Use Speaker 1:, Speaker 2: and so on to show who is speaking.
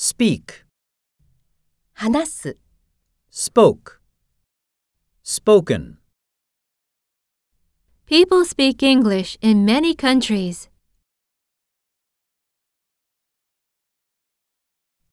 Speaker 1: speak,
Speaker 2: 話す、
Speaker 1: spoke, spoken.
Speaker 3: People speak English in many countries.